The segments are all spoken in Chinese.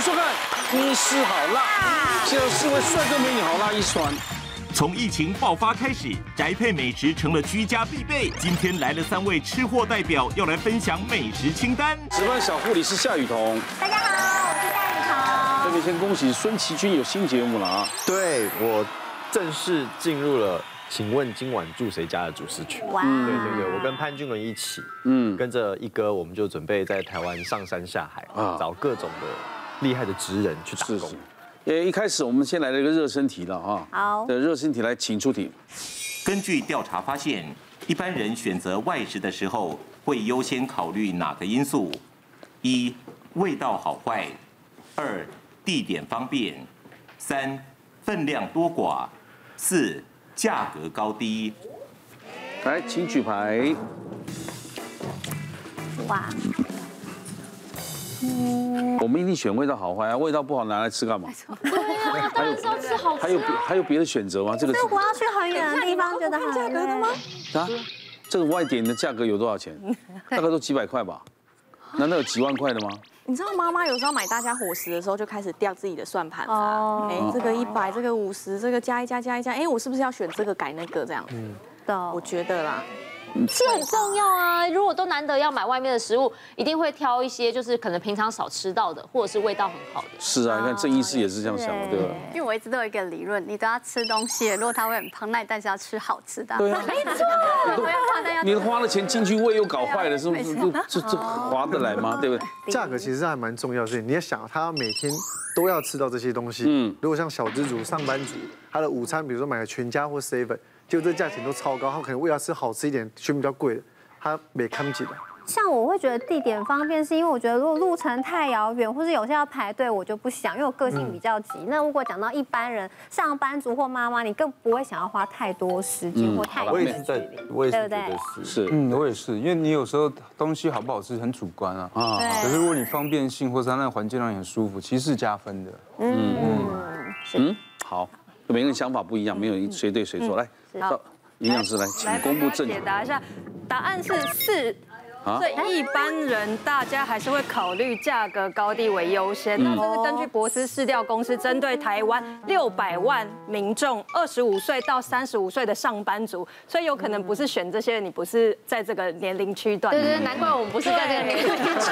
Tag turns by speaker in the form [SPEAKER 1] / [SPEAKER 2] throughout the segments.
[SPEAKER 1] 说看，医师好辣，现在四位帅哥美女好辣一酸。
[SPEAKER 2] 从疫情爆发开始，宅配美食成了居家必备。今天来了三位吃货代表，要来分享美食清单。
[SPEAKER 1] 值班小护理是夏雨桐，
[SPEAKER 3] 大家好，我是夏雨
[SPEAKER 1] 这
[SPEAKER 3] 桐。
[SPEAKER 1] 边先恭喜孙奇君有新节目了啊！
[SPEAKER 4] 对我正式进入了。请问今晚住谁家的主视曲？
[SPEAKER 3] 哇，
[SPEAKER 4] 对
[SPEAKER 5] 嗯
[SPEAKER 4] 对对，我跟潘俊文一起，
[SPEAKER 1] 嗯
[SPEAKER 4] 嗯，跟着一哥，我们就准备在台湾上山下海
[SPEAKER 1] 啊
[SPEAKER 4] 找各种的厉害的职人去打
[SPEAKER 1] 是
[SPEAKER 4] 工
[SPEAKER 1] 是。。呃，一开始我们先来了一个热身题了哈。
[SPEAKER 3] 好
[SPEAKER 1] 对，热身题来，请出题。
[SPEAKER 2] 根据调查发现，一般人选择外食的时候会优先考虑哪个因素？一、味道好坏；二、地点方便；三、分量多寡；四、价格高低。
[SPEAKER 1] 来，请举牌。
[SPEAKER 3] 哇，
[SPEAKER 1] 我们一定选味道好坏啊，味道不好拿来吃干嘛？
[SPEAKER 6] 啊当然是要吃好
[SPEAKER 1] 还有别还有别的选择吗？这个
[SPEAKER 3] 那我要去很远的地方，觉得很
[SPEAKER 6] 价格的吗？
[SPEAKER 1] 啊，这个外点的价格有多少 钱？大概都几百块吧？难道有几万块的吗？
[SPEAKER 7] 你知道妈妈有时候买大家伙食的时候，就开始掉自己的算盘
[SPEAKER 6] 哦
[SPEAKER 7] 哦，哎，这个一百，这个五十，这个加一加加一加，哎，我是不是要选这个改那个这样？
[SPEAKER 3] 的，
[SPEAKER 7] 我觉得啦，
[SPEAKER 6] 是很重要啊。如果都难得要买外面的食物，一定会挑一些就是可能平常少吃到的，或者是味道很好的。
[SPEAKER 1] 是啊，你看郑医师也是这样想的，对吧？
[SPEAKER 8] 因为我一直都有一个理论，你都要吃东西，如果它会很胖，那你但是要吃好吃的啊。
[SPEAKER 1] 对啊，
[SPEAKER 8] 不会胖，但要
[SPEAKER 1] 你花了钱进去，胃又搞坏了，是不是？这这这划得来 吗？对不对？
[SPEAKER 9] 价格其实还蛮重要的事情。你要想，他每天都要吃到这些东西。
[SPEAKER 1] 嗯
[SPEAKER 9] 嗯，如果像小资族、上班族，他的午餐，比如说买个全家或 seven，就这价钱都超高，他可能为了吃好吃一点，选比较贵的，他没看不起来。
[SPEAKER 5] 像我会觉得地点方便，是因为我觉得如果路程太遥远，或是有些要排队，我就不想，因为我个性比较急。
[SPEAKER 8] 嗯
[SPEAKER 5] 那如果讲到一般人、上班族或妈妈，你更不会想要花太多时间
[SPEAKER 1] 嗯
[SPEAKER 5] 或太
[SPEAKER 1] 好
[SPEAKER 4] 我
[SPEAKER 1] 吧
[SPEAKER 5] 远
[SPEAKER 4] 也
[SPEAKER 5] 的
[SPEAKER 4] 是
[SPEAKER 5] 距
[SPEAKER 4] 在
[SPEAKER 5] 离。，
[SPEAKER 4] 我也
[SPEAKER 5] 对不
[SPEAKER 4] 是觉
[SPEAKER 5] 对
[SPEAKER 4] 得是。
[SPEAKER 1] 是
[SPEAKER 10] 嗯，我也是，因为你有时候东西好不好吃很主观啊。
[SPEAKER 1] 啊，
[SPEAKER 10] 可是如果你方便性或是它那个环境让你很舒服，其实是加分的。
[SPEAKER 1] 嗯，好，每个人想法不一样，没有谁对谁错。来，到营养嗯师来，请公布正确
[SPEAKER 11] 解答一下，答案是四。
[SPEAKER 1] 啊
[SPEAKER 11] 所以一般人大家还是会考虑价格高低为优先。那这是根据博斯市调公司针对台湾六百万民众二十五岁到三十五岁的上班族，所以有可能不是选这些，你不是在这个年龄区段。
[SPEAKER 6] 对对，对难怪我们不是在这个年龄去。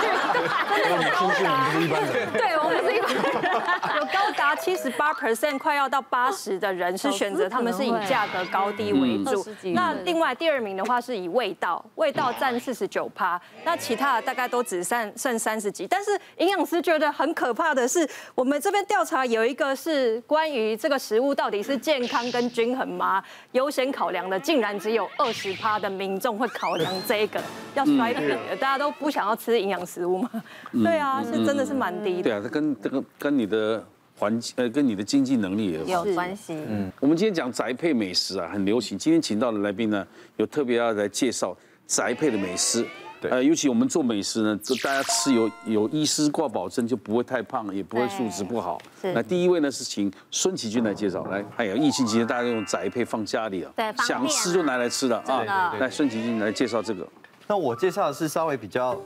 [SPEAKER 11] 对，我们是一般人，有高达七十八 percent，快要到八十的人是选择他们是以价格高低为主。那另外第二名的话是以味道，味道占四十九趴，那其他的大概都只剩剩三十几。但是营养师觉得很可怕的是，我们这边调查有一个是关于这个食物到底是健康跟均衡吗？优先考量的竟然只有二十趴的民众会考量嗯这个，要衰退了， 大家都不想要吃营养食物吗？ 对啊，是真的是蛮低的。
[SPEAKER 1] 对啊，这跟这个跟你的环境呃，跟你的经济能力也有关。
[SPEAKER 5] 有关系，
[SPEAKER 1] 我们今天讲宅配美食啊，很流行。今天请到的来宾呢，有特别要来介绍宅配的美食。
[SPEAKER 4] 对
[SPEAKER 1] 呃，尤其我们做美食呢，就大家吃有有医师挂保证，就不会太胖，也不会素质不好。
[SPEAKER 5] 是
[SPEAKER 1] 那第一位呢是请孙奇君来介绍，来，哎呀，疫情期间大家用宅配放家里啊，
[SPEAKER 5] 对方便啊
[SPEAKER 1] 想吃就拿来吃的
[SPEAKER 5] 真的
[SPEAKER 1] 啊。来，孙奇君来介绍这个，
[SPEAKER 4] 那我介绍的是稍微比较，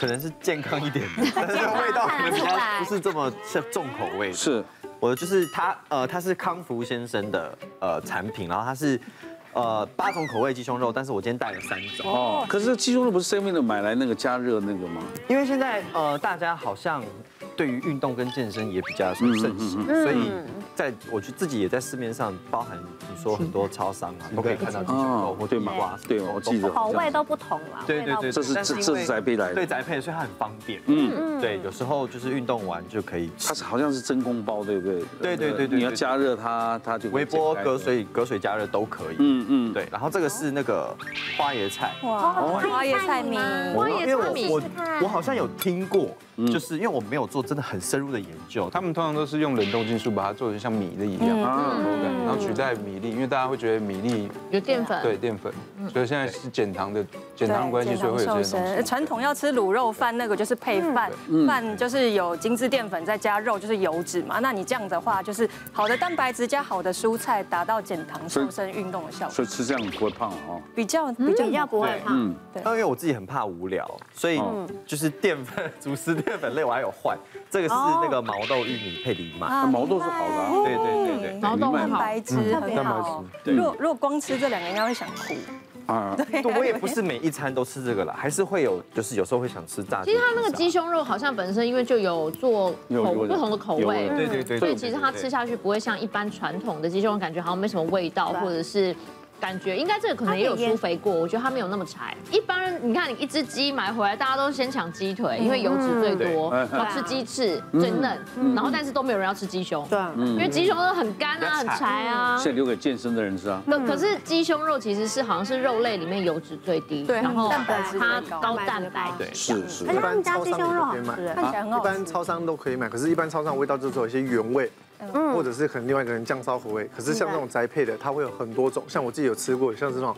[SPEAKER 4] 可能是健康一点的， 但是味道可能比较不是这么重口味的。
[SPEAKER 1] 是
[SPEAKER 4] 我就是它，呃，它是康福先生的呃产品，然后它是呃八种口味鸡胸肉，但是我今天带了三种。
[SPEAKER 1] 哦。可是鸡胸肉不是 seven 的买来那个加热那个吗？
[SPEAKER 4] 因为现在呃，大家好像对于运动跟健身也比较盛行，所以在我觉得自己也在市面上，包含你说很多超商啊，都可以看到鸡胸
[SPEAKER 1] 哦
[SPEAKER 4] 肉或
[SPEAKER 1] 对
[SPEAKER 4] 地瓜
[SPEAKER 1] 嘛，对，我记得
[SPEAKER 5] 口味都不同啦。
[SPEAKER 4] 对对对，
[SPEAKER 1] 这是
[SPEAKER 4] 但
[SPEAKER 1] 这
[SPEAKER 4] 因
[SPEAKER 1] 这
[SPEAKER 4] 为
[SPEAKER 1] 是宅配来
[SPEAKER 4] 对
[SPEAKER 1] 的，
[SPEAKER 4] 宅配，所以它很方便。嗯，对，有时候就是运动完就可以吃
[SPEAKER 1] 它是好像是真空包，对不对？
[SPEAKER 4] 对对对对
[SPEAKER 1] 你要
[SPEAKER 4] 对对
[SPEAKER 1] 加热它，它就会
[SPEAKER 4] 微波
[SPEAKER 1] 解开
[SPEAKER 4] 隔水隔水加热都可以。
[SPEAKER 1] 嗯嗯，
[SPEAKER 4] 对，然后这个是那个花椰菜，
[SPEAKER 5] 哦，
[SPEAKER 11] 花椰菜米
[SPEAKER 4] 我因为我我我好像有听过，
[SPEAKER 1] 嗯
[SPEAKER 4] 就是因为我没有做真的很深入的研究，
[SPEAKER 10] 哦他们通常都是用冷冻技术把它做成像米粒一
[SPEAKER 11] 嗯
[SPEAKER 10] 样的
[SPEAKER 1] 啊
[SPEAKER 10] 口感，然后取代米粒，因为大家会觉得米粒
[SPEAKER 6] 有淀
[SPEAKER 11] 嗯
[SPEAKER 6] 粉，
[SPEAKER 10] 对淀粉，所以现在是减糖的减糖的关系，所以会有这些东西。嗯
[SPEAKER 11] 传统要吃卤肉饭，那个就是配饭，饭就是有精致淀粉再加肉，就是油脂嘛。那你这样的话，就是好的蛋白质加好的蔬菜，达到减糖瘦身运动的效果，
[SPEAKER 1] 所以吃这样不会胖哦。
[SPEAKER 11] 比较比较
[SPEAKER 5] 比较不会胖。
[SPEAKER 4] 哦
[SPEAKER 6] 嗯
[SPEAKER 4] 那因为我自己很怕无聊，所以就是淀粉、主食淀粉类我还有换，这个是
[SPEAKER 6] 哦
[SPEAKER 4] 那个毛豆玉米配藜
[SPEAKER 11] 啊
[SPEAKER 4] 麦，
[SPEAKER 11] 藜麦毛豆是好的啊
[SPEAKER 4] 对对对对对，
[SPEAKER 11] 毛豆很好白质
[SPEAKER 4] 嗯
[SPEAKER 11] 很好
[SPEAKER 4] 对
[SPEAKER 11] 如果如果光吃这两个，应该会想哭。
[SPEAKER 4] 啊
[SPEAKER 11] 对
[SPEAKER 4] 对，我也不是每一餐都吃这个啦，还是会有，就是有时候会想吃炸鸡。
[SPEAKER 6] 其实它那个鸡胸肉好像本身因为就有做
[SPEAKER 4] 有
[SPEAKER 6] 口
[SPEAKER 4] 有
[SPEAKER 6] 不同的口
[SPEAKER 4] 有
[SPEAKER 6] 味，
[SPEAKER 4] 有对对对
[SPEAKER 6] 所以
[SPEAKER 4] 对
[SPEAKER 6] 其
[SPEAKER 4] 对
[SPEAKER 6] 实
[SPEAKER 4] 对
[SPEAKER 6] 它
[SPEAKER 4] 对
[SPEAKER 6] 吃下去不会像一般传统的鸡胸肉，感觉好像没什么味道，或者是。感觉应该这个可能也有苏肥过，我觉得它没有那么柴。一般人你看，你一只鸡买回来，大家都先抢鸡腿，因为油脂最多，
[SPEAKER 12] 嗯对
[SPEAKER 6] 要吃鸡翅
[SPEAKER 1] 嗯
[SPEAKER 6] 最嫩
[SPEAKER 1] 嗯，
[SPEAKER 6] 然后但是都没有人要吃鸡胸，对
[SPEAKER 1] 嗯
[SPEAKER 6] 因为鸡胸都很干啊，
[SPEAKER 1] 比
[SPEAKER 6] 很
[SPEAKER 1] 较
[SPEAKER 6] 柴啊。
[SPEAKER 1] 现在留给健身的人吃啊。
[SPEAKER 6] 可可是鸡胸肉其实是好像是肉类里面油脂最低，
[SPEAKER 1] 对
[SPEAKER 6] 然后
[SPEAKER 1] 蛋白质
[SPEAKER 6] 它
[SPEAKER 1] 最高
[SPEAKER 6] 高蛋白
[SPEAKER 1] 对，是是。
[SPEAKER 9] 一般超商也都可以
[SPEAKER 6] 吃嗯
[SPEAKER 9] 买，
[SPEAKER 6] 看起来很好
[SPEAKER 9] 一般超商都可以买，可是一般超商味道就是有一些原味。
[SPEAKER 4] 嗯
[SPEAKER 9] 或者是可能另外一个人酱烧口味，可是像那种宅配的，它会有很多种，像我自己有吃过，像是那种，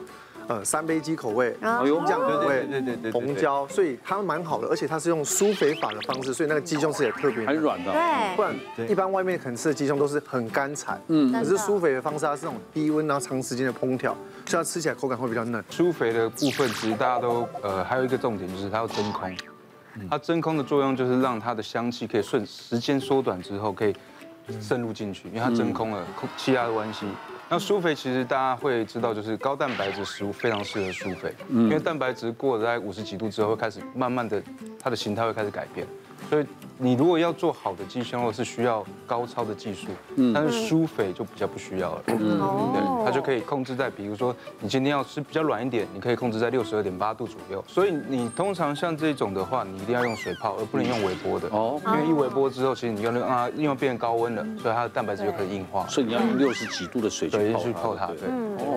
[SPEAKER 9] 呃，三杯鸡口味、
[SPEAKER 4] 哦
[SPEAKER 9] 油酱口味、
[SPEAKER 4] 对对对对对对对
[SPEAKER 9] 红椒，所以它蛮好的，而且它是用酥肥法的方式，所以那个鸡胸吃起来特别很
[SPEAKER 1] 软的啊
[SPEAKER 9] 对，不然
[SPEAKER 4] 对
[SPEAKER 9] 一般外面可能吃的鸡胸都是很干柴，嗯，可是酥肥的方式它是那种低温然后长时间的烹调，所以它吃起来口感会比较嫩。
[SPEAKER 10] 酥肥的部分其实大家都呃还有一个重点就是它要真空，
[SPEAKER 1] 嗯
[SPEAKER 10] 它真空的作用就是让它的香气可以顺时间缩短之后可以渗入进去，因为它真空了空气压的关
[SPEAKER 1] 嗯
[SPEAKER 10] 系。那酥肥其实大家会知道，就是高蛋白质食物非常适合酥肥，
[SPEAKER 1] 嗯
[SPEAKER 10] 因为蛋白质过了大概五十几度之后，会开始慢慢的它的形态会开始改变。所以你如果要做好的鸡胸肉是需要高超的技术，
[SPEAKER 1] 嗯
[SPEAKER 10] 但是酥肥就比较不需要了，
[SPEAKER 1] 嗯
[SPEAKER 10] 对，它就可以控制在，比如说你今天要吃比较软一点，你可以控制在六十二点八度左右。所以你通常像这种的话，你一定要用水泡，而不能用微波的哦，因为一微波之后，其实你用那个啊，因为变高温了，所以它的蛋白质就可以硬化，
[SPEAKER 1] 所以你要用六十几度的水去
[SPEAKER 10] 对
[SPEAKER 1] 泡它
[SPEAKER 10] 去泡它，对。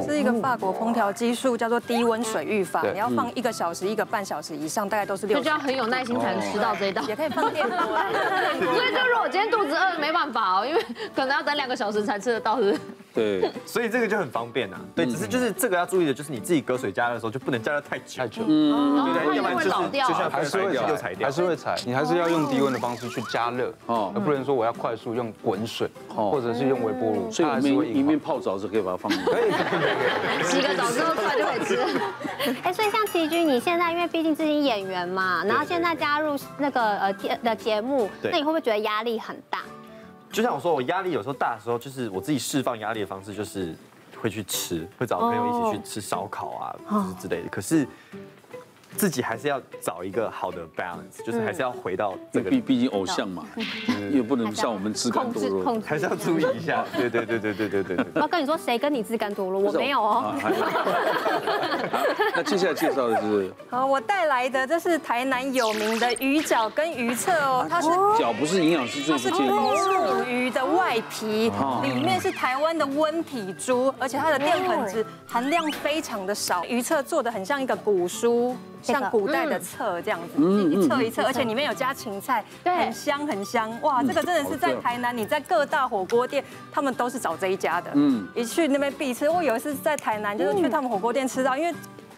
[SPEAKER 11] 是一个法国烹调技术，叫做低温水浴法，
[SPEAKER 10] 对
[SPEAKER 11] 你要放一个小时、一个半小时以上，大概都是六。
[SPEAKER 6] 所以就要很有耐心才能吃到这一道
[SPEAKER 11] 也可以放电锅。
[SPEAKER 6] 所以就如果今天肚子饿，没办法哦，因为可能要等两个小时才吃得到，是不是？
[SPEAKER 1] 对，
[SPEAKER 4] 所以这个就很方便啊。对，只是就是这个要注意的，就是你自己隔水加热的时候就不能加热太久，太久，
[SPEAKER 10] 嗯
[SPEAKER 4] 对，要不然就是
[SPEAKER 6] 啊
[SPEAKER 4] 就像
[SPEAKER 10] 还是会
[SPEAKER 4] 就
[SPEAKER 10] 踩
[SPEAKER 4] 踩掉，
[SPEAKER 10] 还是会踩，你还是要用低温的方式去加热，哦，而不能说我要快速用滚水，或者是用微波炉，
[SPEAKER 1] 所以
[SPEAKER 10] 它还
[SPEAKER 1] 里
[SPEAKER 10] 是会
[SPEAKER 1] 面
[SPEAKER 10] 硬
[SPEAKER 1] 一
[SPEAKER 10] 化
[SPEAKER 1] 面泡澡是可以把它放进去。
[SPEAKER 6] 洗个澡之后出来就可以吃。
[SPEAKER 5] 哎，所以像齐军，你现在因为毕竟自己演员嘛，然后现在加入那个呃电的节目，那
[SPEAKER 4] 对
[SPEAKER 5] 你会不会觉得压力很大？
[SPEAKER 4] 就像我说，我压力有时候大的时候，就是我自己释放压力的方式，就是会去吃，会找朋友一起去吃烧烤啊，
[SPEAKER 5] 哦
[SPEAKER 4] 就是之类的。可是自己还是要找一个好的 balance，就是还是要回到这个。
[SPEAKER 1] 毕毕竟偶像嘛，也不能像我们吃干多肉，
[SPEAKER 4] 还是要注意一下。 对对对对对对对对。
[SPEAKER 5] 我要跟你说，谁跟你自甘堕落？我没有哦。
[SPEAKER 1] 啊还有那接下来介绍的是
[SPEAKER 11] 好，我带来的这是台南有名的鱼饺跟鱼翅哦，它是
[SPEAKER 1] 脚不是营养师最
[SPEAKER 11] 它
[SPEAKER 1] 不
[SPEAKER 11] 是
[SPEAKER 1] 建
[SPEAKER 11] 红
[SPEAKER 1] 议。
[SPEAKER 7] 哦
[SPEAKER 11] 鲭鱼的外皮
[SPEAKER 1] 哦，
[SPEAKER 11] 里面是台湾的温皮猪，而且它的淀粉质含量非常的少。鱼册做的很像一个古书，
[SPEAKER 12] 这个
[SPEAKER 11] 像古代的册这样子，
[SPEAKER 12] 嗯
[SPEAKER 11] 一册一
[SPEAKER 12] 嗯
[SPEAKER 11] 册，
[SPEAKER 12] 嗯
[SPEAKER 11] 而且里面有加芹菜，
[SPEAKER 5] 哎
[SPEAKER 11] 很香很香。哇，
[SPEAKER 12] 嗯
[SPEAKER 11] 这个真的是在
[SPEAKER 12] 好吃
[SPEAKER 11] 台南，你在各大火锅店，他们都是找这一家的。
[SPEAKER 12] 嗯
[SPEAKER 11] 嗯，一去那边必吃。我有一次在台南，就是去他们火锅店吃到，因为。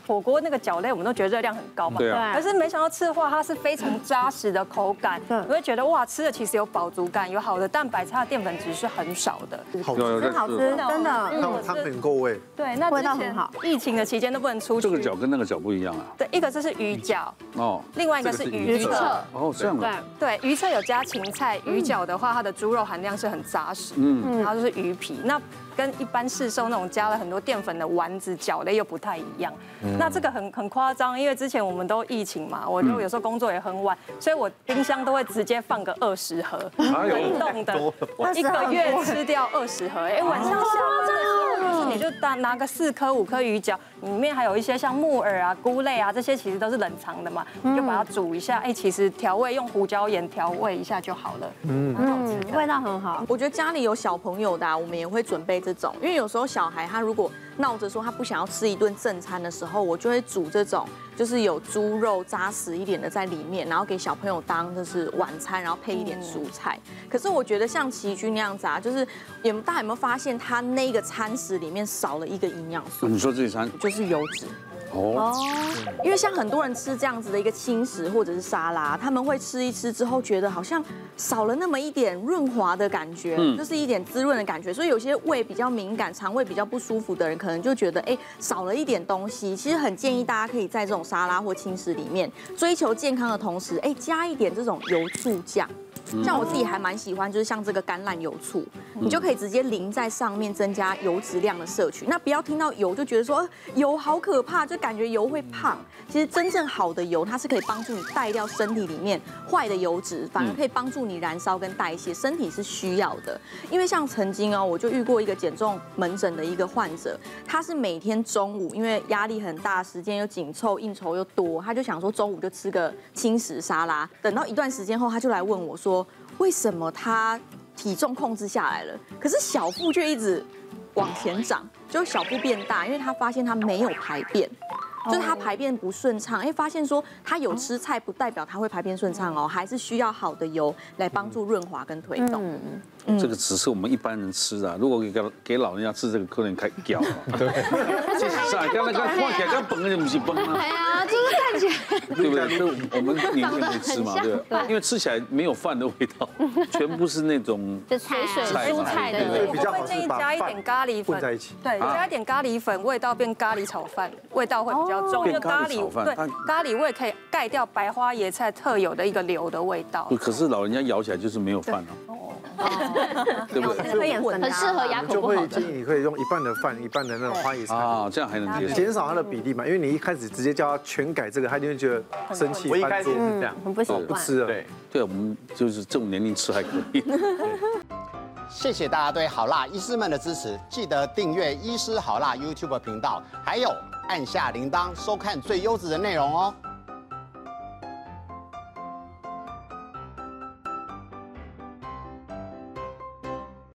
[SPEAKER 11] 火锅那个饺类，我们都觉得热量很高嘛，
[SPEAKER 12] 对啊
[SPEAKER 11] 可是没想到吃的话，它是非常扎实的口感，你会觉得哇，吃的其实有饱足感，有好的蛋白质，它的淀粉值是很少的。
[SPEAKER 9] 好
[SPEAKER 1] 有有有真好吃
[SPEAKER 11] 真的嗯
[SPEAKER 9] 它它很够味。
[SPEAKER 11] 对，那
[SPEAKER 9] 味
[SPEAKER 11] 之
[SPEAKER 9] 道
[SPEAKER 11] 前疫情的期间都不能出
[SPEAKER 1] 这
[SPEAKER 11] 去。
[SPEAKER 1] 个脚跟那个脚不一样啊。
[SPEAKER 11] 对，一个就是鱼饺，
[SPEAKER 1] 哦，
[SPEAKER 11] 另外一个是鱼
[SPEAKER 1] 这个
[SPEAKER 11] 翅
[SPEAKER 1] 是。哦，这样啊。
[SPEAKER 11] 对，对，鱼翅有加芹菜，鱼饺的话，它的猪肉含量是很扎实，
[SPEAKER 1] 嗯
[SPEAKER 11] 嗯，然后就是鱼皮。那跟一般市售那种加了很多淀粉的丸子饺类又不太一样。
[SPEAKER 12] 嗯
[SPEAKER 11] 那这个很很夸张，因为之前我们都疫情嘛，我
[SPEAKER 12] 嗯
[SPEAKER 11] 就有时候工作也很晚，所以我冰箱都会直接放个二十盒，
[SPEAKER 12] 哎呦
[SPEAKER 11] 可以冻
[SPEAKER 12] 太多
[SPEAKER 11] 的
[SPEAKER 12] 了，
[SPEAKER 11] 我一个月吃掉二十盒，哎，晚上下班的时候，就是你就拿拿个四颗五颗鱼饺，里面还有一些像木耳啊、菇类啊，这些其实都是冷藏的嘛，你就把它煮一下，哎，其实调味用胡椒盐调味一下就好了。
[SPEAKER 9] 嗯
[SPEAKER 11] 嗯，
[SPEAKER 7] 味道很好。我觉得家里有小朋友的、啊，我们也会准备这种，因为有时候小孩他如果闹着说他不想要吃一顿正餐的时候，我就会煮这种，就是有猪肉扎实一点的在里面，然后给小朋友当就是晚餐，然后配一点蔬菜。可是我觉得像齐军那样子啊，就是有大家有没有发现他那个餐食里面少了一个营养素？
[SPEAKER 1] 哦你说这一餐
[SPEAKER 7] 就是油脂。哦，因为像很多人吃这样子的一个轻食或者是沙拉，他们会吃一吃之后觉得好像少了那么一点润滑的感觉，
[SPEAKER 12] 嗯
[SPEAKER 7] 就是一点滋润的感觉。所以有些胃比较敏感、肠胃比较不舒服的人，可能就觉得哎少了一点东西。其实很建议大家可以在这种沙拉或轻食里面追求健康的同时，哎加一点这种油醋酱。
[SPEAKER 12] 嗯
[SPEAKER 7] 像我自己还蛮喜欢，就是像这个橄榄油醋，你就可以直接淋在上面，增加油脂量的摄取。那不要听到油就觉得说呃油好可怕，就感觉油会胖。其实真正好的油，它是可以帮助你带掉身体里面坏的油脂，反而可以帮助你燃烧跟代谢，身体是需要的。因为像曾经哦，我就遇过一个减重门诊的一个患者，他是每天中午因为压力很大，时间又紧凑，应酬又多，他就想说中午就吃个轻食沙拉。等到一段时间后，他就来问我说，为什么他体重控制下来了，可是小腹却一直往前长，就小腹变大，因为他发现他没有排便。就是他排便不顺畅，哎，发现说他有吃菜不代表他会排便顺畅哦，还是需要好的油来帮助润滑跟推动。
[SPEAKER 1] 这个只是我们一般人吃的啊，如果给给老人家吃这个，可能开屌了。 对，是啊，刚才看看起来跟本人不是崩啊，
[SPEAKER 6] 哎呀，就是 看起来。
[SPEAKER 1] 对不对？所以我们年轻人吃嘛，对不对？因为吃起来没有饭的味道，全部是那种
[SPEAKER 6] 就水水
[SPEAKER 1] 蔬菜的
[SPEAKER 11] 我会建议加一点咖喱粉
[SPEAKER 1] 混在一起
[SPEAKER 11] 对，
[SPEAKER 1] 啊
[SPEAKER 11] 加一点咖喱粉，味道变咖喱炒饭，味道会比较重，
[SPEAKER 1] 变咖喱炒饭
[SPEAKER 11] 对
[SPEAKER 1] 它
[SPEAKER 11] 咖喱味可以盖掉白花椰菜特有的一个流的味道。
[SPEAKER 1] 可是老人家咬起来就是没有饭啊，对不对？
[SPEAKER 6] 很适合啊牙口
[SPEAKER 9] 就
[SPEAKER 6] 不好
[SPEAKER 9] 会
[SPEAKER 6] 的
[SPEAKER 9] 建。议你可以用一半的饭，一半的那种花椰菜
[SPEAKER 1] 啊这样还能接受
[SPEAKER 9] 减少它的比例嘛。因为你一开始直接叫他全改这个，他就会觉得生气。
[SPEAKER 4] 我一开始
[SPEAKER 9] 翻桌啊
[SPEAKER 4] 是这样嗯很不习
[SPEAKER 1] 哦
[SPEAKER 4] 惯
[SPEAKER 9] 不吃了。
[SPEAKER 1] 对，对我们就是这种年龄吃还可以。
[SPEAKER 13] 谢谢大家对好辣医师们的支持，记得订阅医师好辣 YouTube 频道，还有按下铃铛收看最优质的内容哦。